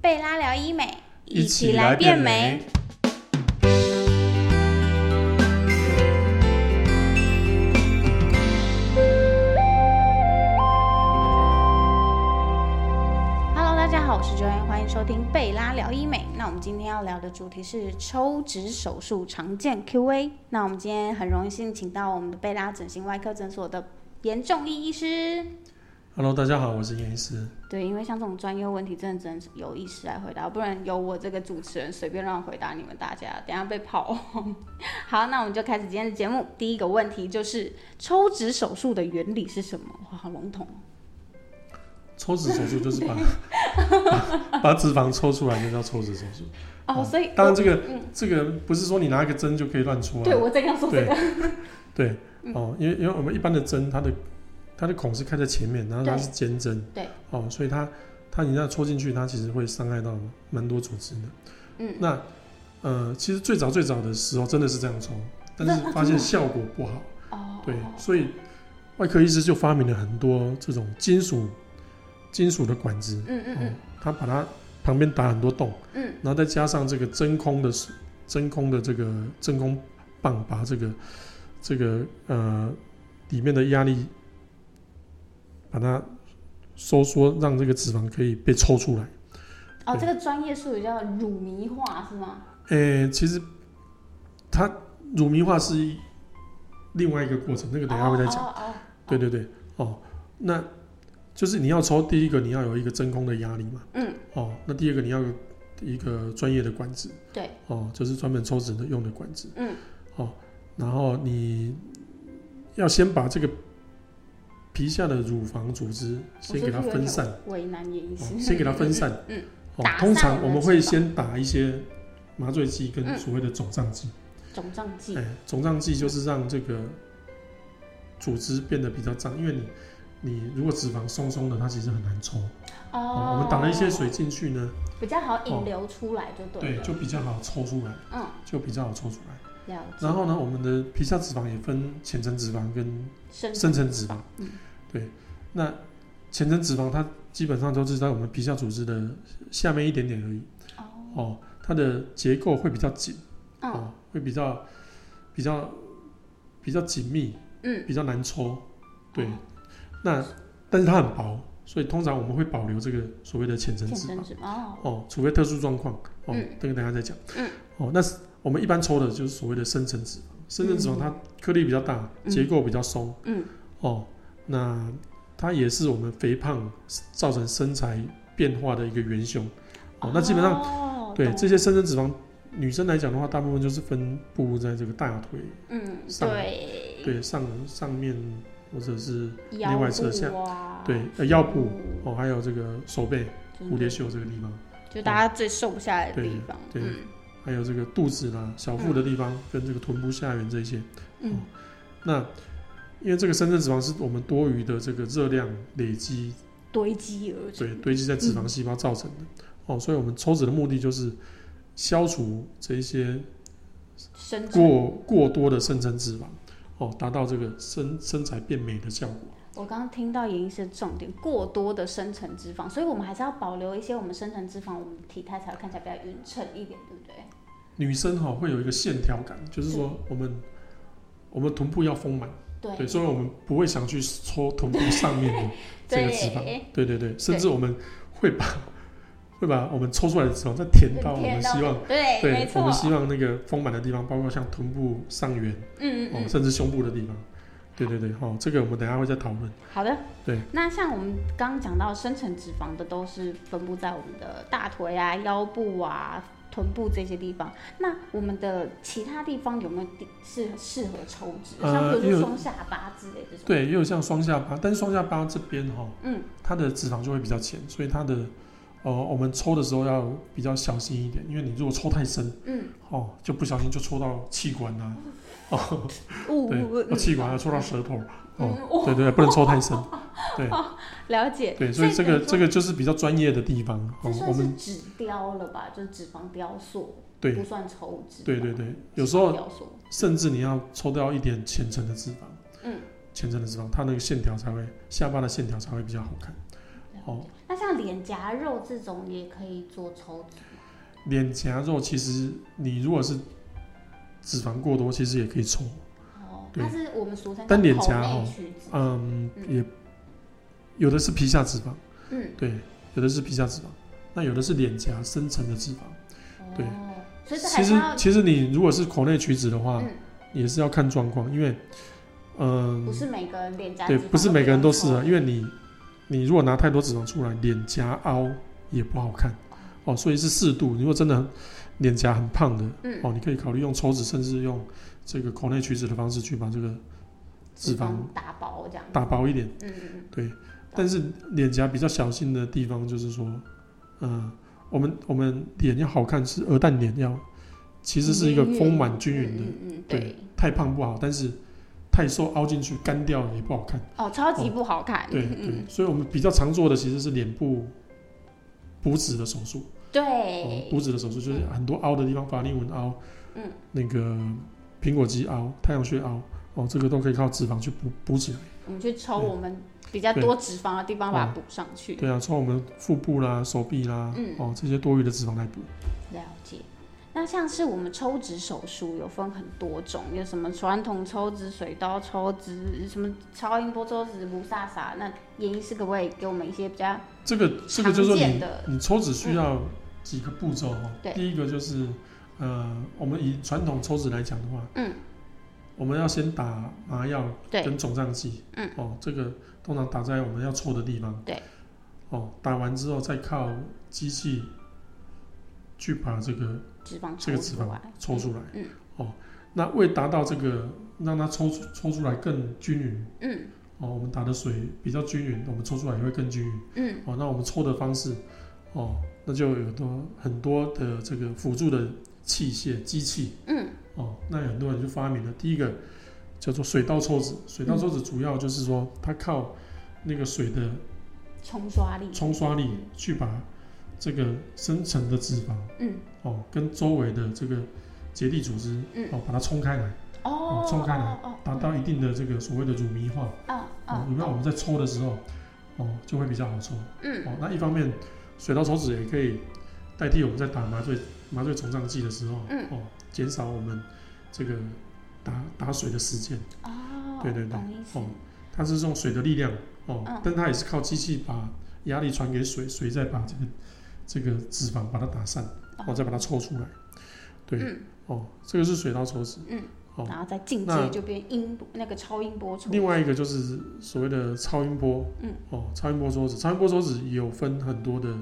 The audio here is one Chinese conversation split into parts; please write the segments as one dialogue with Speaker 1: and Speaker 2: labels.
Speaker 1: 贝拉聊医美，
Speaker 2: 一起来变美。
Speaker 1: Hello，大家好，我是 Joanne，欢迎收听贝拉聊医美。那我们今天要聊的主题是抽脂手术常见 Q&A。那我们今天很荣幸请到我们的贝拉整形外科诊所的严仲义医师。
Speaker 2: Hello，大家好，我是严医师。
Speaker 1: 对，因为像这种专业问题，真的只能有医师来回答，不然由我这个主持人随便乱回答你们大家，等一下被跑。 好，那我们就开始今天的节目。第一个问题就是抽脂手术的原理是什么？哇，好笼统。
Speaker 2: 抽脂手术就是把 把把脂肪抽出来，就叫抽脂手术。
Speaker 1: 哦，
Speaker 2: 嗯
Speaker 1: 所以
Speaker 2: 当然，这个、这个不是说你拿一个针就可以乱戳啊。
Speaker 1: 对我正要说这个，嗯
Speaker 2: 对哦，因为因为我们一般的针，它的它的孔是开在前面，然后它是尖针，
Speaker 1: 对
Speaker 2: 哦，所以它它你这样戳进去，它其实会伤害到蛮多组织的。
Speaker 1: 嗯，
Speaker 2: 那呃，其实最早最早的时候真的是这样抽，但是发现效果不好，
Speaker 1: 哦，
Speaker 2: 对，所以外科医师就发明了很多这种金属金属的管子，
Speaker 1: 嗯嗯
Speaker 2: 哦
Speaker 1: 嗯，
Speaker 2: 他把它旁边打很多洞，
Speaker 1: 嗯，
Speaker 2: 然后再加上这个真空的真空的这个真空棒，把这个这个呃里面的压力把它收缩，让这个脂肪可以被抽出来。
Speaker 1: 哦，这
Speaker 2: 对
Speaker 1: 个专业术语叫乳糜化是吗？
Speaker 2: 诶、
Speaker 1: 嗯
Speaker 2: 其实它乳糜化是一另外一个过程，那个等一下会再讲。
Speaker 1: 哦哦，哦
Speaker 2: 对对对，哦，那就是你要抽第一个，你要有一个真空的压力嘛。
Speaker 1: 嗯。
Speaker 2: 哦，那第二个你要有一个专业的管子。
Speaker 1: 对。
Speaker 2: 哦，就是专门抽脂的用的管子。
Speaker 1: 嗯。
Speaker 2: 哦，然后你要先把这个皮下的乳房组织先给它分散，，
Speaker 1: 为难严医
Speaker 2: 哦
Speaker 1: 师，
Speaker 2: 先给它分散。
Speaker 1: 嗯。
Speaker 2: 哦
Speaker 1: 打，
Speaker 2: 通
Speaker 1: 散
Speaker 2: 常
Speaker 1: 我
Speaker 2: 我
Speaker 1: 们
Speaker 2: 们
Speaker 1: 的
Speaker 2: 会
Speaker 1: 脂肪
Speaker 2: 先打一些麻醉剂跟
Speaker 1: 嗯
Speaker 2: 所谓的肿胀剂。
Speaker 1: 肿胀剂
Speaker 2: 哎、，肿胀剂就是让这个组织变得比较胀，因为你你如果脂肪松松的，它其实很难抽。
Speaker 1: 哦，
Speaker 2: 我们打了一些水进去呢，
Speaker 1: 比较好引流出来就对
Speaker 2: 对，
Speaker 1: 了。
Speaker 2: 就比较好抽出来，
Speaker 1: 嗯，
Speaker 2: 就比较好抽出来。
Speaker 1: 了解。
Speaker 2: 然后呢，我们的皮下脂肪也分浅层脂肪跟
Speaker 1: 深
Speaker 2: 深层脂肪。
Speaker 1: 嗯
Speaker 2: 对，那浅层脂肪它基本上都是在我们皮下组织的下面一点点而已。
Speaker 1: 哦，
Speaker 2: 哦，它的结构会比较紧，啊、
Speaker 1: 嗯
Speaker 2: 会比较比较比较紧密，
Speaker 1: 嗯，
Speaker 2: 比较难抽，对
Speaker 1: 哦。
Speaker 2: 那但是它很薄，所以通常我们会保留这个所谓的浅层
Speaker 1: 浅
Speaker 2: 脂
Speaker 1: 层
Speaker 2: 肪
Speaker 1: 脂肪哦，
Speaker 2: 哦，除非特殊状况哦
Speaker 1: 嗯，
Speaker 2: 这个等一下再讲。
Speaker 1: 嗯，
Speaker 2: 哦，那是我们一般抽的就是所谓的深层脂肪，深层脂肪
Speaker 1: 嗯
Speaker 2: 它颗粒比较大，
Speaker 1: 嗯
Speaker 2: 结构比较松
Speaker 1: 嗯，
Speaker 2: 哦，那它也是我们肥胖造成身材变化的一个元凶哦。那基本上
Speaker 1: 上
Speaker 2: 对这些深层脂肪，女生来讲的话，大部分就是分布在这个大腿
Speaker 1: 嗯，
Speaker 2: 上
Speaker 1: 对，
Speaker 2: 对上上面或者是
Speaker 1: 腰
Speaker 2: 另外侧下
Speaker 1: 部啊，
Speaker 2: 对呃腰部哦，还有这个手背、
Speaker 1: 真的
Speaker 2: 蝴蝶袖这个地方，
Speaker 1: 就大家最瘦不下来的
Speaker 2: 对
Speaker 1: 地方，
Speaker 2: 对
Speaker 1: 嗯
Speaker 2: 还有这个肚子啦、小腹的地方、跟这个臀部下缘这一些。哦
Speaker 1: 嗯
Speaker 2: 那因为这个深层脂肪是我们多余的这个热量累积，
Speaker 1: 堆积而成，
Speaker 2: 对，堆积在脂肪细胞造成的、哦，所以我们抽脂的目的就是消除这一些
Speaker 1: 深层
Speaker 2: 过过多的深层脂肪，哦，达到这个身身材变美的效果。
Speaker 1: 我刚刚听到严医师的重点，过多的深层脂肪，所以我们还是要保留一些我们深层脂肪，我们体态才会看起来比较匀称一点，对不对？
Speaker 2: 女生哈、会有一个线条感，就是说我们我们臀部要丰满。
Speaker 1: 对
Speaker 2: 对，所以我们不会想去搓臀部上面 的这个脂肪
Speaker 1: 对，
Speaker 2: 对对对，甚至我们会把会把我们抽出来的脂肪再填到我们
Speaker 1: 填到
Speaker 2: 希望，
Speaker 1: 对没
Speaker 2: 对，我
Speaker 1: 错，
Speaker 2: 们希望那个丰满的地方，包括像臀部上缘
Speaker 1: 嗯嗯
Speaker 2: 哦，
Speaker 1: 嗯，
Speaker 2: 甚至胸部的地方，对对对，哦，这个我们等一下会再讨论。
Speaker 1: 好的。
Speaker 2: 对，
Speaker 1: 那像我们刚刚讲到深层脂肪的，都是分布在我们的大腿啊、腰部啊、臀部这些地方。那我们的其他地方有没有地是适合抽脂？
Speaker 2: 呃
Speaker 1: 像比
Speaker 2: 因
Speaker 1: 如
Speaker 2: 为
Speaker 1: 说双下巴之类这种。
Speaker 2: 对，也有像双下巴，但是双下巴这边哈、哦，
Speaker 1: 嗯，
Speaker 2: 它的脂肪就会比较浅，所以它的哦、呃，我们抽的时候要比较小心一点，因为你如果抽太深，
Speaker 1: 嗯，
Speaker 2: 哦，就不小心就抽到气管 啦、哦。
Speaker 1: 呜
Speaker 2: 对，哦
Speaker 1: 呜
Speaker 2: 要气管要戳到舌头，哦，
Speaker 1: 嗯，我
Speaker 2: 对对，不能抽 太深，
Speaker 1: 了解。
Speaker 2: 对，所以这
Speaker 1: 等
Speaker 2: 个
Speaker 1: 于说
Speaker 2: 这个就是比较专业的地方，
Speaker 1: 这
Speaker 2: 哦，
Speaker 1: 算
Speaker 2: 我
Speaker 1: 是
Speaker 2: 们
Speaker 1: 纸雕了吧？就是脂肪雕塑，
Speaker 2: 对
Speaker 1: 不算抽脂。
Speaker 2: 对对，对，有时候
Speaker 1: 雕塑，
Speaker 2: 甚至你要抽掉一点浅层的脂肪，
Speaker 1: 嗯，
Speaker 2: 浅层的脂肪，它那个线条才会下巴的线条才会比较好看，
Speaker 1: 了
Speaker 2: 哦，
Speaker 1: 啊那像脸颊肉这种也可以做抽脂吗，
Speaker 2: 脸颊肉其实你如果是脂肪过多，其实也可以抽。
Speaker 1: 哦，
Speaker 2: 对
Speaker 1: 它是我们俗称
Speaker 2: 但
Speaker 1: 叫
Speaker 2: 脸
Speaker 1: 口
Speaker 2: 颊
Speaker 1: 内
Speaker 2: 哦
Speaker 1: 取脂，
Speaker 2: 嗯，
Speaker 1: 嗯
Speaker 2: 也有的是皮下脂肪，
Speaker 1: 嗯，
Speaker 2: 对，有的是皮下脂肪，那有的是脸颊深层的脂肪。对
Speaker 1: 哦，所以这还
Speaker 2: 其
Speaker 1: 是
Speaker 2: 实
Speaker 1: 要
Speaker 2: 其实你如果是口内取脂的话，
Speaker 1: 嗯
Speaker 2: 也是要看状况，因为嗯
Speaker 1: 不，是每个人脸颊
Speaker 2: 对，
Speaker 1: 脂肪
Speaker 2: 不是每个人都是啊，
Speaker 1: 能抽
Speaker 2: 因为你你如果拿太多脂肪出来，脸颊凹也不好看哦，所以是适度。如果真的很脸颊很胖的，
Speaker 1: 嗯
Speaker 2: 哦，你可以考虑用抽脂，甚至用这个口内取脂的方式去把这个脂肪
Speaker 1: 打薄这样，
Speaker 2: 打薄一点。
Speaker 1: 嗯嗯嗯，
Speaker 2: 对，但是脸颊比较小心的地方就是说，嗯，我们我们脸要好看是鹅蛋脸要，其实是一个丰满均匀的，
Speaker 1: 嗯嗯嗯，
Speaker 2: 对
Speaker 1: 对，
Speaker 2: 太胖不好，但是太瘦凹进去干掉也不好看。
Speaker 1: 哦，超级不好看，嗯
Speaker 2: 对对，所以我们比较常做的其实是脸部补脂的手术，哦
Speaker 1: 对，
Speaker 2: 补脂的手术就是很多凹的地方，法令纹凹，
Speaker 1: 嗯，
Speaker 2: 那个苹果肌凹、太阳穴凹，哦，这个都可以靠脂肪去补补起来。
Speaker 1: 我们去抽
Speaker 2: 对
Speaker 1: 我们比较多脂肪的地方，
Speaker 2: 对哦
Speaker 1: 把它补上去。
Speaker 2: 对啊，从我们腹部啦、手臂啦，
Speaker 1: 嗯
Speaker 2: 哦这些多余的脂肪来补。
Speaker 1: 了解。那像是我们抽脂手术有分很多种，有什么传统抽脂、水刀抽脂、什么超音波抽脂、无萨萨。那严医师可不可以给我们一些比较
Speaker 2: 这个这个
Speaker 1: 常
Speaker 2: 就是说
Speaker 1: 见
Speaker 2: 你
Speaker 1: 的？嗯
Speaker 2: 你抽脂需要几个步骤哦。
Speaker 1: 对
Speaker 2: 第一个就是呃，我们以传统抽脂来讲的话，
Speaker 1: 嗯，
Speaker 2: 我们要先打麻药
Speaker 1: 对，
Speaker 2: 跟肿胀剂，
Speaker 1: 嗯，
Speaker 2: 哦，这个通常打在我们要抽的地方，
Speaker 1: 对，
Speaker 2: 哦，打完之后再靠机器去把这个
Speaker 1: 脂肪抽
Speaker 2: 这个脂
Speaker 1: 出
Speaker 2: 肪
Speaker 1: 来，
Speaker 2: 抽出来，
Speaker 1: 嗯
Speaker 2: 哦，那为达到这个让它抽出抽出来更均匀，
Speaker 1: 嗯
Speaker 2: 哦，我们打的水比较均匀，我们抽出来也会更均匀。
Speaker 1: 嗯，
Speaker 2: 哦，那我们抽的方式，哦，那就有多很多的这个辅助的器械机器，
Speaker 1: 嗯，
Speaker 2: 哦，那有很多人就发明了第一个叫做水稻抽脂。水稻抽脂主要就是说，它靠那个水的
Speaker 1: 冲刷力，
Speaker 2: 冲刷力去把这个深层的脂肪，
Speaker 1: 嗯，
Speaker 2: 哦，跟周围的这个结缔组织，
Speaker 1: 嗯
Speaker 2: 哦，把它冲开来，
Speaker 1: 哦，
Speaker 2: 冲开来
Speaker 1: 哦，
Speaker 2: 达到一定的这个所谓的乳糜化。
Speaker 1: 嗯
Speaker 2: 哦，你
Speaker 1: 嗯
Speaker 2: 看我们在抽的时候，哦，就会比较好抽。
Speaker 1: 嗯，
Speaker 2: 哦，那一方面，水稻抽脂也可以代替我们在打麻醉麻醉肿胀剂的时候，
Speaker 1: 嗯
Speaker 2: 哦，减少我们这个打打水的时间。
Speaker 1: 哦，
Speaker 2: 对对对
Speaker 1: 懂意思
Speaker 2: 哦，它是用水的力量，哦，
Speaker 1: 嗯
Speaker 2: 但它也是靠机器把压力传给水，水再把这个这个脂肪把它打散，哦，再把它抽出来。对，
Speaker 1: 嗯
Speaker 2: 哦，这个是水稻抽脂。
Speaker 1: 嗯，
Speaker 2: 哦，
Speaker 1: 然后再进阶
Speaker 2: 那
Speaker 1: 就变音波那个超音波抽，
Speaker 2: 另外一个就是所谓的超音波，
Speaker 1: 嗯，
Speaker 2: 哦，超音波抽脂，超音波抽脂也有分很多的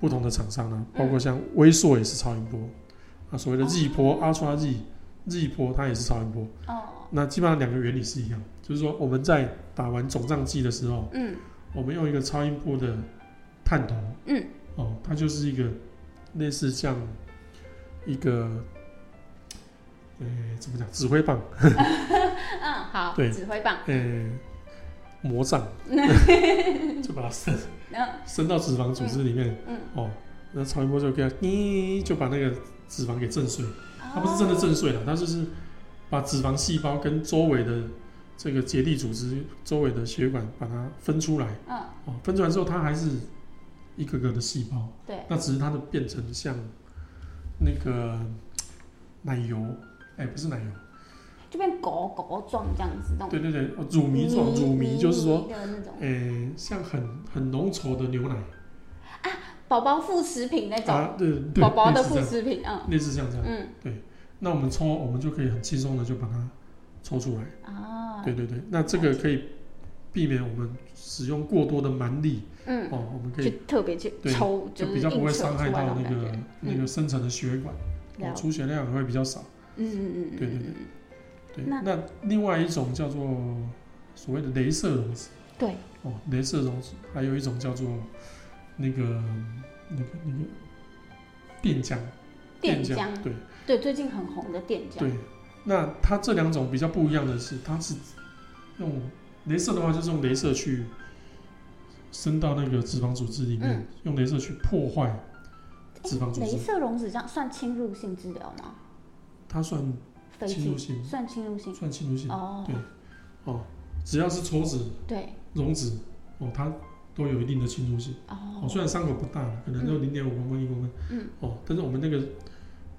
Speaker 2: 不同的厂商呢、
Speaker 1: 嗯
Speaker 2: 包括像微硕也是超音波，啊，所谓的 Z 波、Ultra Z、Z 波它也是超音波，
Speaker 1: 哦，
Speaker 2: 那基本上两个原理是一样，就是说我们在打完肿胀剂的时候，
Speaker 1: 嗯
Speaker 2: 我们用一个超音波的探头，
Speaker 1: 嗯，
Speaker 2: 哦，它就是一个类似像一个，呃，怎么讲，指挥棒，
Speaker 1: 嗯，好，
Speaker 2: 对
Speaker 1: 指挥棒，
Speaker 2: 呃，魔杖，就把它伸
Speaker 1: 嗯
Speaker 2: 伸到脂肪组织里面，
Speaker 1: 嗯
Speaker 2: 哦，那超音波就给它，咦，就把那个脂肪给震碎。它
Speaker 1: 它
Speaker 2: 不是真的震碎了，它就是把脂肪细胞跟周围的这个结缔组织、周围的血管把它分出来。
Speaker 1: 嗯，
Speaker 2: 哦，分出来之后，它还是一个个的细胞，
Speaker 1: 对，
Speaker 2: 那只是它的变成像那个奶油，哎、不是奶油，
Speaker 1: 就变狗狗状这样子，那种
Speaker 2: 对对对，哦乳糜状，乳糜就是说。
Speaker 1: 的
Speaker 2: 哎
Speaker 1: 那种
Speaker 2: 诶，像很很浓稠的牛奶
Speaker 1: 宝宝副食品那种
Speaker 2: 啊，对对，啊
Speaker 1: 宝宝的
Speaker 2: 类似
Speaker 1: 副
Speaker 2: 这样
Speaker 1: 食品，嗯
Speaker 2: 类似像这样。
Speaker 1: 嗯
Speaker 2: 那我们抽，我们就可以很轻松的就把它抽出来。
Speaker 1: 啊，
Speaker 2: 对对对，那这个可以避免我们使用过多的蛮力
Speaker 1: 嗯，
Speaker 2: 哦，我们可
Speaker 1: 去
Speaker 2: 以
Speaker 1: 特别去
Speaker 2: 对
Speaker 1: 抽，
Speaker 2: 就是比较不
Speaker 1: 硬
Speaker 2: 会
Speaker 1: 扯
Speaker 2: 伤害
Speaker 1: 出来
Speaker 2: 到
Speaker 1: 种
Speaker 2: 那
Speaker 1: 感
Speaker 2: 个
Speaker 1: 觉嗯
Speaker 2: 那个深层的血管，
Speaker 1: 了
Speaker 2: 哦，出血量也会比较少。
Speaker 1: 嗯嗯嗯
Speaker 2: 对对
Speaker 1: 嗯嗯，
Speaker 2: 对，
Speaker 1: 那
Speaker 2: 那另外一种叫做所谓的镭射溶脂
Speaker 1: 对，
Speaker 2: 哦，镭射溶脂，还有一种叫做那个那个那个电浆，
Speaker 1: 电浆，
Speaker 2: 对
Speaker 1: 对，最近很红的电浆，
Speaker 2: 对。那它这两种比较不一样的是，它是用镭射的话，就是用镭射去伸到那个脂肪组织里面，
Speaker 1: 嗯
Speaker 2: 用镭射去破坏脂肪组织
Speaker 1: 镭，射溶脂这样算侵入性治疗吗？
Speaker 2: 它算
Speaker 1: 非
Speaker 2: 侵入
Speaker 1: 侵
Speaker 2: 性，
Speaker 1: 算侵入性
Speaker 2: 算侵入性。
Speaker 1: 哦，
Speaker 2: 对只要是抽脂、
Speaker 1: 对，
Speaker 2: 溶脂，哦，它都有一定的侵入性。哦，
Speaker 1: 哦，
Speaker 2: 虽然伤口不大，可能就零点五公分、一公分，
Speaker 1: 嗯，
Speaker 2: 哦，但是我们那个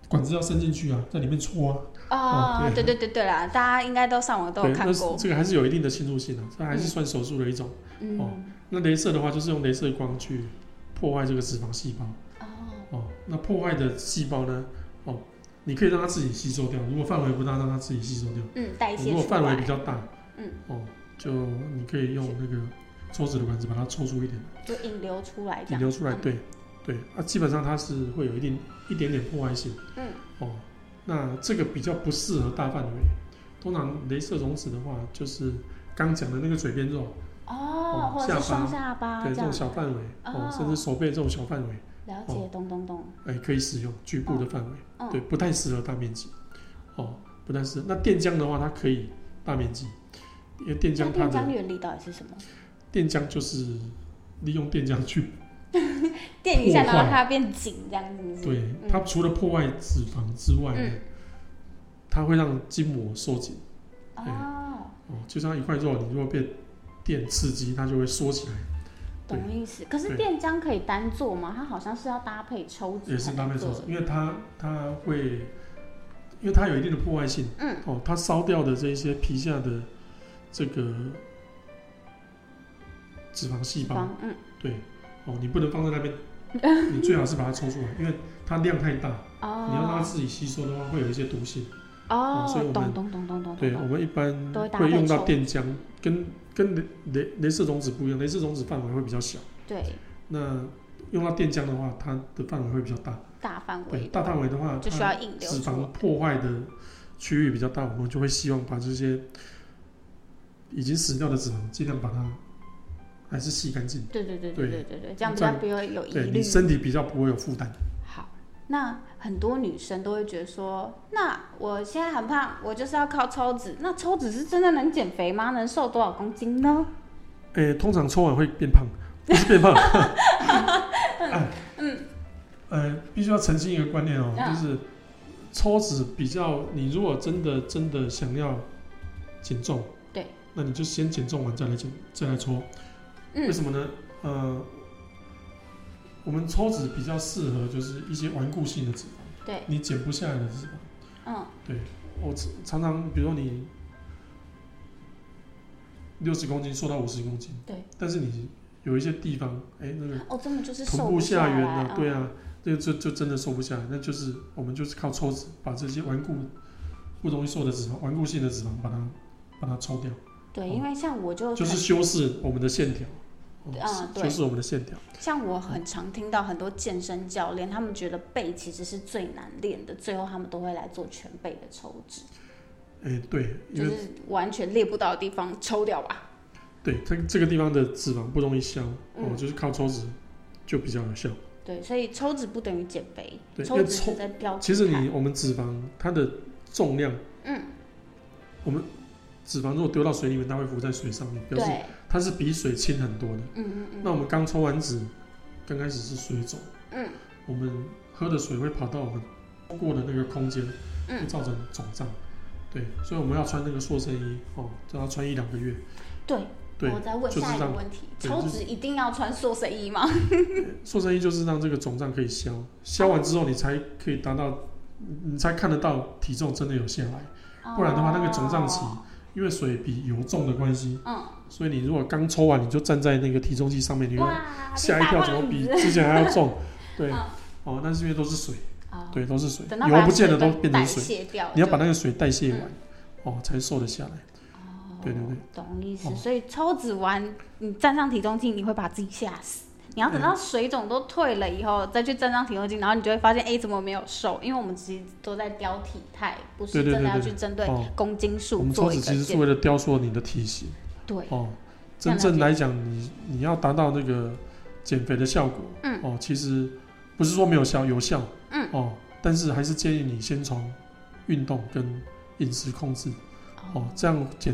Speaker 2: 管子要伸进去啊，在里面戳啊，
Speaker 1: 啊、
Speaker 2: 哦
Speaker 1: 对
Speaker 2: 对
Speaker 1: 对对对啦，大家应该都上网都有
Speaker 2: 对，
Speaker 1: 看
Speaker 2: 那是
Speaker 1: 过，
Speaker 2: 这个还是有一定的侵入性的、啊，这还是算手术的一种。
Speaker 1: 嗯，
Speaker 2: 哦那镭射的话，就是用镭射光去破坏这个脂肪细胞。
Speaker 1: 哦，
Speaker 2: 哦，那破坏的细胞呢？哦，你可以让它自己吸收掉，如果范围不大，让它自己吸收掉。哦
Speaker 1: 嗯，代谢
Speaker 2: 如果
Speaker 1: 出
Speaker 2: 范围比
Speaker 1: 来，
Speaker 2: 较大，
Speaker 1: 嗯，
Speaker 2: 哦，就你可以用那个抽脂的管子把它抽出一点，
Speaker 1: 就引流出来这
Speaker 2: 引
Speaker 1: 样，
Speaker 2: 流出来。
Speaker 1: 嗯，
Speaker 2: 对，对，啊，基本上它是会有一定一点点破坏性。
Speaker 1: 嗯，
Speaker 2: 哦，那这个比较不适合大范围。通常镭射溶脂的话，就是刚讲的那个嘴边肉，
Speaker 1: 哦
Speaker 2: 哦，
Speaker 1: 或者是
Speaker 2: 下巴
Speaker 1: 双下巴
Speaker 2: 对
Speaker 1: 啊这
Speaker 2: 这
Speaker 1: 样
Speaker 2: 种，小范围，
Speaker 1: 哦
Speaker 2: 哦，甚至手背这种小范围，
Speaker 1: 了解，
Speaker 2: 哦
Speaker 1: 咚咚咚，
Speaker 2: 哎，可以使用局部的范围。
Speaker 1: 嗯，
Speaker 2: 对，不太适合大面积，哦，不太适合。那电浆的话，它可以大面积，因为电
Speaker 1: 那
Speaker 2: 浆它
Speaker 1: 电浆
Speaker 2: 的
Speaker 1: 原理到底是什么？
Speaker 2: 电浆就是利用电浆去，
Speaker 1: 电一下，
Speaker 2: 破
Speaker 1: 然
Speaker 2: 坏
Speaker 1: 后它变紧这样，是不是？
Speaker 2: 对、
Speaker 1: 嗯
Speaker 2: 它除了破坏脂肪之外呢，
Speaker 1: 嗯
Speaker 2: 它会让筋膜收紧，
Speaker 1: 哦，
Speaker 2: 哦，就像一块肉，你如果被电刺激，它就会缩起来，
Speaker 1: 懂意思。可是
Speaker 2: 对
Speaker 1: 电浆可以单做吗？它好像是要搭配抽脂，
Speaker 2: 也是搭配手术，。因为它它会，因为它有一定的破坏性，
Speaker 1: 嗯，
Speaker 2: 哦，它烧掉的这些皮下的这个脂肪细胞。
Speaker 1: 方，嗯，
Speaker 2: 对，哦，你不能放在 那边，你最好是把它抽出来，因为它量太大，你要让它
Speaker 1: 哦，
Speaker 2: 自己吸收的话，会有一些毒性。
Speaker 1: 哦，
Speaker 2: 所以我们
Speaker 1: 懂懂懂懂懂懂
Speaker 2: 对，我
Speaker 1: 懂。
Speaker 2: 们一般
Speaker 1: 都会搭配
Speaker 2: 会用到
Speaker 1: 抽
Speaker 2: 电浆，跟跟镭镭镭射种子不一样，镭射种子范围会比较小。
Speaker 1: 对，
Speaker 2: 那用到电浆的话，它的范围会比较大。
Speaker 1: 大范
Speaker 2: 对，
Speaker 1: 围
Speaker 2: 大嗯范围的话，
Speaker 1: 就需
Speaker 2: 它
Speaker 1: 要引流
Speaker 2: 脂
Speaker 1: 出
Speaker 2: 肪
Speaker 1: 来。
Speaker 2: 破坏的区域比较大，我们就会希望把这些已经死掉的脂肪，尽量把它还是吸干净。
Speaker 1: 对对对对对
Speaker 2: 对
Speaker 1: 对对，这样比
Speaker 2: 这
Speaker 1: 较
Speaker 2: 样
Speaker 1: 不会有疑
Speaker 2: 对你
Speaker 1: 虑。
Speaker 2: 身体比较不会有负担。
Speaker 1: 好，那很多女生都会觉得说，那我现在很胖，我就是要靠抽脂。那抽脂是真的能减肥吗？能瘦多少公斤呢？
Speaker 2: 诶、通常抽完会变胖，不是变胖。哎嗯，呃，必须要澄清一个观念哦，
Speaker 1: 嗯
Speaker 2: 就是抽脂比较，你如果真的真的想要减重，
Speaker 1: 对，
Speaker 2: 那你就先减重完再来减，再来抽。为
Speaker 1: 嗯，
Speaker 2: 什么呢？呃，我们抽脂比较适合就是一些顽固性的脂肪，
Speaker 1: 对，
Speaker 2: 你减不下来的脂肪。
Speaker 1: 嗯，
Speaker 2: 我常常常，比如说你六十公斤瘦到五十公斤，
Speaker 1: 对，
Speaker 2: 但是你有一些地方，哎、那个
Speaker 1: 哦，根本就是
Speaker 2: 臀
Speaker 1: 瘦
Speaker 2: 部
Speaker 1: 不
Speaker 2: 下缘
Speaker 1: 来嗯
Speaker 2: 啊，对，啊，那就就真的瘦不下来，那就是我们就是靠抽脂把这些顽固不容易瘦的脂肪、顽固性的脂肪把它把它抽掉，
Speaker 1: 嗯对，因为像我就
Speaker 2: 哦就是
Speaker 1: 很
Speaker 2: 修饰我们的线条，哦
Speaker 1: 啊对
Speaker 2: 修饰我们的线条，
Speaker 1: 像我很常听到很多健身教练，他们觉得背其实是最难练的，最后他们都会来做全背的抽脂，
Speaker 2: 哎、对，因
Speaker 1: 就
Speaker 2: 为
Speaker 1: 是完全练不到的地方抽掉吧。
Speaker 2: 对这个这个地方的脂肪不容易消，哦
Speaker 1: 嗯，
Speaker 2: 就是靠抽脂就比较有效。
Speaker 1: 对，所以抽脂不等于减肥，
Speaker 2: 对
Speaker 1: 抽
Speaker 2: 要
Speaker 1: 脂
Speaker 2: 抽
Speaker 1: 是在标
Speaker 2: 其实
Speaker 1: 看
Speaker 2: 你我们脂肪它的重量，
Speaker 1: 嗯，
Speaker 2: 我们脂肪如果丢到水里面，它会浮在水上面，表示
Speaker 1: 对，
Speaker 2: 它是比水轻很多的。
Speaker 1: 嗯嗯
Speaker 2: 那
Speaker 1: 嗯，
Speaker 2: 我们刚抽完脂，刚开始是水肿，
Speaker 1: 嗯，
Speaker 2: 我们喝的水会跑到我们通过的那个空间，
Speaker 1: 嗯
Speaker 2: 会造成肿胀。对，所以我们要穿那个塑身衣哦，就要穿一两个月。
Speaker 1: 对。
Speaker 2: 对
Speaker 1: 我，再问
Speaker 2: 就是
Speaker 1: 下一个
Speaker 2: 这样
Speaker 1: 问题：
Speaker 2: 对
Speaker 1: 抽
Speaker 2: 就
Speaker 1: 脂一定要穿塑身衣吗？
Speaker 2: 塑身衣就是让这个肿胀可以消，消完之后你才可以达到，你才看得到体重真的有下来。不然的话，那个肿胀期
Speaker 1: 哦，
Speaker 2: 因为水比油重的关系，
Speaker 1: 嗯，
Speaker 2: 所以你如果刚抽完，你就站在那个体重计上面，你会
Speaker 1: 哇，
Speaker 2: 吓一
Speaker 1: 变
Speaker 2: 跳，
Speaker 1: 大
Speaker 2: 怎么比
Speaker 1: 胖子
Speaker 2: 之前还要重？对
Speaker 1: 嗯，
Speaker 2: 哦，那是因为都是水，
Speaker 1: 哦
Speaker 2: 对，都是水
Speaker 1: 等到，
Speaker 2: 油
Speaker 1: 把
Speaker 2: 不见得
Speaker 1: 水
Speaker 2: 都
Speaker 1: 分
Speaker 2: 变
Speaker 1: 代
Speaker 2: 成水，
Speaker 1: 谢嗯掉，
Speaker 2: 你要
Speaker 1: 就
Speaker 2: 把那个水代谢完，哦，才瘦得下来。对对对，
Speaker 1: 懂意思。
Speaker 2: 哦
Speaker 1: 所以抽脂完，你站上体重镜，你会把自己吓死。你要等到水肿都退了以后，再去站上体重镜，然后你就会发现，哎、怎么没有瘦？因为我们其实都在雕体态，不是
Speaker 2: 对对
Speaker 1: 真的
Speaker 2: 对
Speaker 1: 要
Speaker 2: 对
Speaker 1: 去针对
Speaker 2: 哦
Speaker 1: 公斤
Speaker 2: 我
Speaker 1: 数
Speaker 2: 们抽
Speaker 1: 做一
Speaker 2: 脂
Speaker 1: 个
Speaker 2: 其实是
Speaker 1: 减。
Speaker 2: 为了雕塑你的体型。
Speaker 1: 对，
Speaker 2: 哦，
Speaker 1: 这样了
Speaker 2: 真正
Speaker 1: 解
Speaker 2: 来讲，你你要达到那个减肥的效果，
Speaker 1: 嗯
Speaker 2: 哦，其实不是说没有效，有效，
Speaker 1: 嗯，
Speaker 2: 哦，但是还是建议你先从运动跟饮食控制，哦，这样减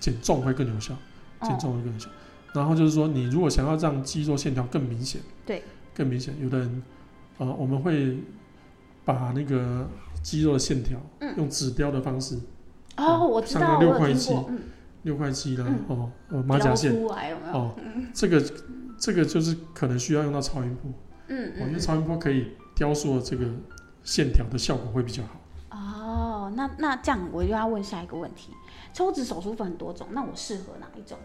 Speaker 2: 减重会更有效，减
Speaker 1: 哦，
Speaker 2: 重会更有效。然后就是说，你如果想要让肌肉线条更明显，
Speaker 1: 对，
Speaker 2: 更明显，有的人，呃，我们会把那个肌肉的线条，
Speaker 1: 嗯
Speaker 2: 用纸雕的方式，
Speaker 1: 哦，我知
Speaker 2: 上
Speaker 1: 道，
Speaker 2: 到
Speaker 1: 我
Speaker 2: 六
Speaker 1: 有
Speaker 2: 块
Speaker 1: 听
Speaker 2: 肌
Speaker 1: 过，嗯，
Speaker 2: 六块肌啦，
Speaker 1: 嗯
Speaker 2: 哦，呃，马甲
Speaker 1: 雕
Speaker 2: 线。
Speaker 1: 出来有没有？
Speaker 2: 哦，这个这个就是可能需要用到超音波，
Speaker 1: 嗯
Speaker 2: 哦因
Speaker 1: 嗯
Speaker 2: 为超音波可以雕塑这个线条的效果会比较好。
Speaker 1: 嗯。哦，那那这样我就要问下一个问题：抽脂手术分很多种，那我适合哪一种？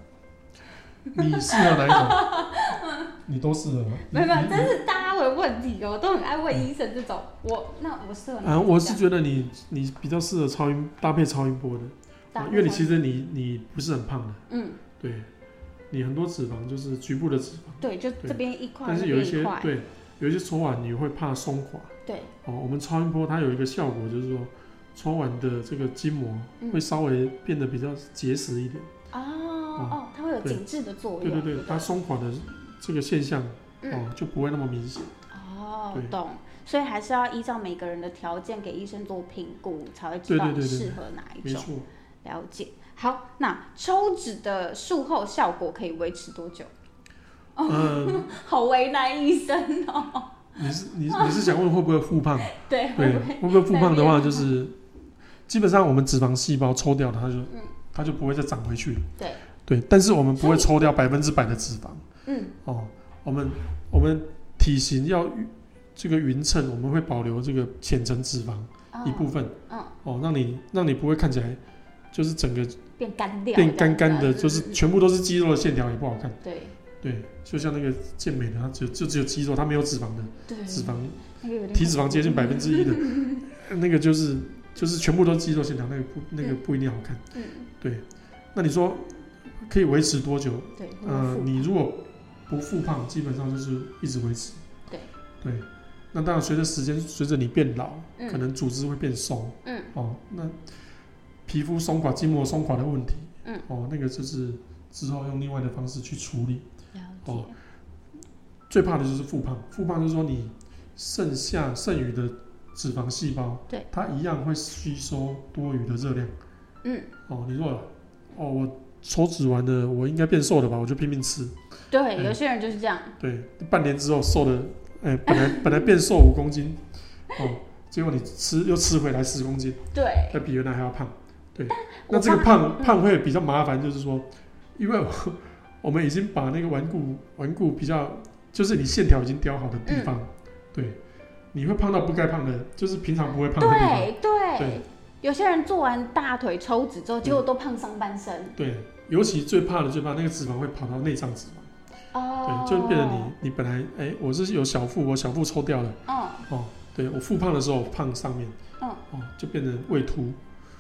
Speaker 2: 你适合哪一种？ 你都适合吗？
Speaker 1: 没有没有
Speaker 2: 你，
Speaker 1: 这是大家的问题哦，我都很爱问医生这种。我那我适合哪一
Speaker 2: 嗯啊，
Speaker 1: 种
Speaker 2: 我是觉得你你比较适合超音搭配超音波的，
Speaker 1: 大
Speaker 2: 哦
Speaker 1: 部
Speaker 2: 因为你
Speaker 1: 分
Speaker 2: 其实你你不是很胖的，
Speaker 1: 嗯
Speaker 2: 对，你很多脂肪就是局部的脂肪，
Speaker 1: 对，就
Speaker 2: 对
Speaker 1: 这边一块，
Speaker 2: 但
Speaker 1: 那
Speaker 2: 是有一
Speaker 1: 边
Speaker 2: 些
Speaker 1: 一块，
Speaker 2: 对有一些搓完你会怕松垮
Speaker 1: 对
Speaker 2: 哦。我们超音波它有一个效果就是说，搓完的这个筋膜
Speaker 1: 嗯
Speaker 2: 会稍微变得比较结实一点，
Speaker 1: 哦哦，它会有
Speaker 2: 对
Speaker 1: 紧致的作用。
Speaker 2: 对对对，它松垮的这个现象
Speaker 1: 嗯
Speaker 2: 哦就不会那么明显。
Speaker 1: 哦
Speaker 2: 对，
Speaker 1: 懂。所以还是要依照每个人的条件给医生做评估，才会知
Speaker 2: 对
Speaker 1: 道
Speaker 2: 对对对
Speaker 1: 适合哪一
Speaker 2: 没
Speaker 1: 种。
Speaker 2: 错，
Speaker 1: 了解。好，那抽脂的术后效果可以维持多久？
Speaker 2: 嗯，
Speaker 1: 好为难医生哦。
Speaker 2: 你是你你是想问会不会复胖？
Speaker 1: 对，
Speaker 2: 对，会不会复胖的话，
Speaker 1: 在变
Speaker 2: 就是基本上我们脂肪细胞抽掉了，它就、它就不会再长回去了。
Speaker 1: 对
Speaker 2: 对，但是我们不
Speaker 1: 所
Speaker 2: 会
Speaker 1: 以
Speaker 2: 抽掉百分之百的脂肪
Speaker 1: 嗯，
Speaker 2: 哦。我们我们体型要这个匀称，我们会保留这个浅层脂肪
Speaker 1: 哦
Speaker 2: 一部分，
Speaker 1: 嗯
Speaker 2: 哦，让你让你不会看起来就是整个
Speaker 1: 变干掉，
Speaker 2: 变干干
Speaker 1: 这
Speaker 2: 的，
Speaker 1: 样子
Speaker 2: 就是全部都是肌肉的线条也不好看。
Speaker 1: 对
Speaker 2: 对，就像那个健美的，它只有就只有肌肉，它没有脂肪的，
Speaker 1: 对，
Speaker 2: 脂肪
Speaker 1: 那个有点
Speaker 2: 体脂肪接近百分 之一的，那个就是就是全部都是肌肉线条，那个不那个不一定好看。
Speaker 1: 嗯，
Speaker 2: 那你说可以维持多久？
Speaker 1: 对，会
Speaker 2: 呃，
Speaker 1: 复
Speaker 2: 你如果不复胖，基本上就是一直维持。
Speaker 1: 对
Speaker 2: 对，那当然随着时间，随着你变老，
Speaker 1: 嗯
Speaker 2: 可能组织会变松。
Speaker 1: 嗯，
Speaker 2: 哦，那皮肤松垮、筋膜松垮的问题，
Speaker 1: 嗯，
Speaker 2: 哦，那个就是之后用另外的方式去处理。
Speaker 1: 了
Speaker 2: 哦
Speaker 1: 解，
Speaker 2: 最怕的就是复胖，复胖就是说你剩下剩余的脂肪细胞，
Speaker 1: 对，
Speaker 2: 它一样会吸收多余的热量。
Speaker 1: 嗯，
Speaker 2: 哦，你说哦，我抽脂完了，我应该变瘦了吧？我就拼命吃，
Speaker 1: 对，
Speaker 2: 嗯
Speaker 1: 有些人就是这样，
Speaker 2: 对，半年之后瘦的，哎、本来 本来变瘦五公斤，哦，结果你吃又吃回来十公斤，
Speaker 1: 对，
Speaker 2: 那比原来还要胖。对，
Speaker 1: 我
Speaker 2: 那这个
Speaker 1: 怕
Speaker 2: 胖
Speaker 1: 嗯
Speaker 2: 胖会比较麻烦，就是说，因为我 我们已经把那个顽固顽固比较，就是你线条已经雕好的地方，
Speaker 1: 嗯
Speaker 2: 对，你会胖到不该胖的，就是平常不会胖的地方。
Speaker 1: 对对
Speaker 2: 对，嗯
Speaker 1: 有些人做完大腿抽脂之后，结果都胖上半身，
Speaker 2: 对，尤其最怕的最怕那个脂肪会跑到内脏脂肪，
Speaker 1: 哦，
Speaker 2: 对，就变成你你本来哎、我是有小腹，我小腹抽掉了，
Speaker 1: 嗯，
Speaker 2: 哦，对我复胖的时候胖上面，
Speaker 1: 嗯
Speaker 2: 哦，就变成胃凸，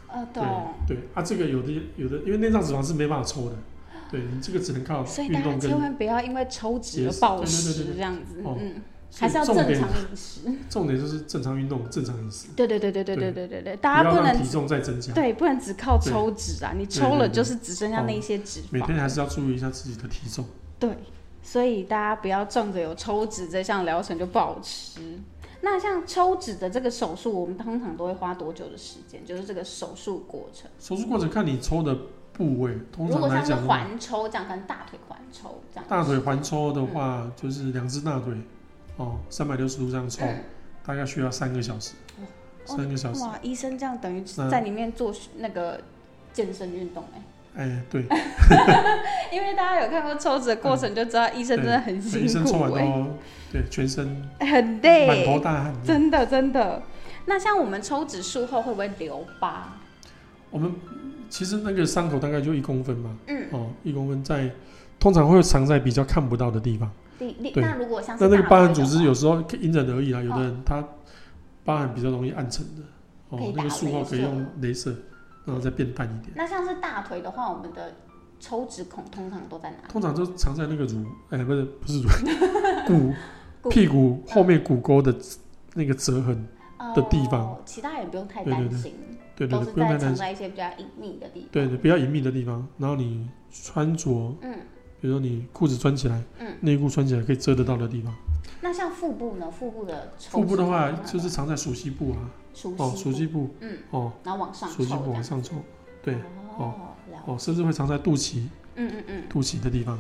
Speaker 1: 呃，
Speaker 2: 对
Speaker 1: 懂。
Speaker 2: 对啊，这个有的有的，因为内脏脂肪是没办法抽的，对你这个只能靠
Speaker 1: 所以大
Speaker 2: 运
Speaker 1: 家
Speaker 2: 动跟
Speaker 1: 千万不要因为抽脂而
Speaker 2: 节食
Speaker 1: 暴
Speaker 2: 对对对
Speaker 1: 食
Speaker 2: 对对
Speaker 1: 这样子，
Speaker 2: 哦
Speaker 1: 嗯，
Speaker 2: 所
Speaker 1: 还
Speaker 2: 以
Speaker 1: 是要正
Speaker 2: 重点
Speaker 1: 常饮食。
Speaker 2: 重点就是正常运动、正常饮食，
Speaker 1: 对对对对对对对
Speaker 2: 对
Speaker 1: 对对，
Speaker 2: 不
Speaker 1: 大家
Speaker 2: 要
Speaker 1: 不
Speaker 2: 让
Speaker 1: 能
Speaker 2: 体重再增加。
Speaker 1: 对，不能只靠抽脂啊，你抽
Speaker 2: 对对
Speaker 1: 了
Speaker 2: 对
Speaker 1: 就是只剩下
Speaker 2: 哦
Speaker 1: 那些脂
Speaker 2: 每
Speaker 1: 肪。
Speaker 2: 天还是要注意一下自己的体重。
Speaker 1: 对，所以大家不要仗着有抽脂这项疗程就暴吃。那像抽脂的这个手术，我们通常都会花多久的时间？就是这个手术过程。
Speaker 2: 手术过程看你抽的部位，通
Speaker 1: 如
Speaker 2: 常
Speaker 1: 果
Speaker 2: 来
Speaker 1: 像是
Speaker 2: 讲的话，
Speaker 1: 环抽这样，跟大腿环抽这样，
Speaker 2: 大腿环抽的话，就是两只大腿，哦，三百六十度这样抽，大概需要三个小时，
Speaker 1: 哦
Speaker 2: 三个小时。
Speaker 1: 哇，医生这样等于
Speaker 2: 那
Speaker 1: 在里面做那个健身运动哎、
Speaker 2: 哎，对，
Speaker 1: 因为大家有看过抽脂的过程，就知道医生真的很辛
Speaker 2: 哎医生抽完
Speaker 1: 苦、欸，
Speaker 2: 都对全身
Speaker 1: 很
Speaker 2: 满头
Speaker 1: 累，
Speaker 2: 大汗。
Speaker 1: 真的真的。那像我们抽脂术后会不会留疤？
Speaker 2: 我们其实那个伤口大概就一公分嘛，
Speaker 1: 嗯，
Speaker 2: 哦，一公分在通常会藏在比较看不到的地方。
Speaker 1: 你你
Speaker 2: 对
Speaker 1: 那如果像是
Speaker 2: 那那个
Speaker 1: 大
Speaker 2: 疤
Speaker 1: 腿
Speaker 2: 痕组
Speaker 1: 的
Speaker 2: 织
Speaker 1: 话
Speaker 2: 有时候因人而异啦，有的人他疤痕比较容易暗沉的，
Speaker 1: 哦可以
Speaker 2: 哦，
Speaker 1: 打
Speaker 2: 那个术后可以
Speaker 1: 镭射嗯
Speaker 2: 用镭射，然后再变淡一点。
Speaker 1: 那像是大腿的话，我们的抽脂孔通常都在哪？
Speaker 2: 通常都藏在那个乳，哎、不是不 是乳，骨
Speaker 1: 骨
Speaker 2: 屁股后面骨沟的那个折痕，的地方
Speaker 1: 哦，其他也不用太
Speaker 2: 对对
Speaker 1: 担
Speaker 2: 对
Speaker 1: 心，
Speaker 2: 对对
Speaker 1: 都
Speaker 2: 对，
Speaker 1: 是
Speaker 2: 不用
Speaker 1: 在
Speaker 2: 太
Speaker 1: 藏
Speaker 2: 担心，
Speaker 1: 在一些比较隐秘的地方。
Speaker 2: 对对，不要隐秘的地方。然后你穿着，
Speaker 1: 嗯，
Speaker 2: 比如说你裤子穿起来，
Speaker 1: 嗯，
Speaker 2: 内裤穿起来可以遮得到的地方。
Speaker 1: 那像腹部呢？腹部的抽
Speaker 2: 腹部的话
Speaker 1: 脂孔
Speaker 2: 就是藏在熟悉部啊，
Speaker 1: 熟
Speaker 2: 哦，
Speaker 1: 悉
Speaker 2: 熟悉部，
Speaker 1: 嗯，
Speaker 2: 哦，
Speaker 1: 然后往上
Speaker 2: 熟
Speaker 1: 抽
Speaker 2: 悉部
Speaker 1: 这
Speaker 2: 往
Speaker 1: 样。
Speaker 2: 上抽，对，
Speaker 1: 哦，了解，
Speaker 2: 哦，甚至会藏在肚脐，
Speaker 1: 嗯嗯嗯，
Speaker 2: 肚脐的地方。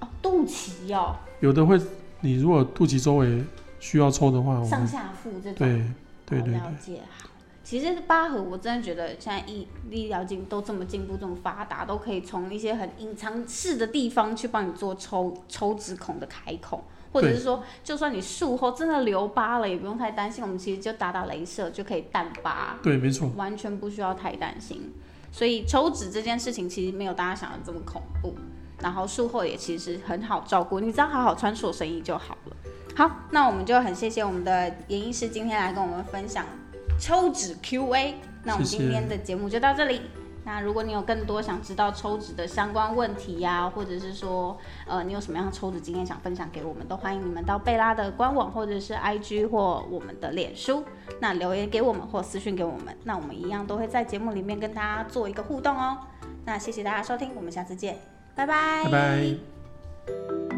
Speaker 1: 哦，肚脐哦，
Speaker 2: 有的会，你如果肚脐周围需要抽的话，我
Speaker 1: 上
Speaker 2: 们
Speaker 1: 下腹这种，
Speaker 2: 对对对
Speaker 1: 哦
Speaker 2: 对
Speaker 1: 了解好。其实八和我真的觉得现在医医疗进都这么进步，这么发达，都可以从一些很隐藏式的地方去帮你做抽抽脂孔的开孔，或者是说，就算你术后真的留疤了，也不用太担心，我们其实就打打镭射就可以淡疤，
Speaker 2: 对，没错，
Speaker 1: 完全不需要太担心。所以抽脂这件事情其实没有大家想的这么恐怖，然后术后也其实很好照顾，你只要好好穿塑身衣就好了。好，那我们就很谢谢我们的严医师今天来跟我们分享抽脂 Q&A。那我们
Speaker 2: 谢谢
Speaker 1: 今天的节目就到这里。那如果你有更多想知道抽脂的相关问题呀、或者是说，呃，你有什么样的抽脂经验想分享给我们，都欢迎你们到贝拉的官网或者是 IG 或我们的脸书，那留言给我们或私讯给我们，那我们一样都会在节目里面跟大家做一个互动哦。那谢谢大家收听，我们下次见，拜拜，
Speaker 2: 拜拜。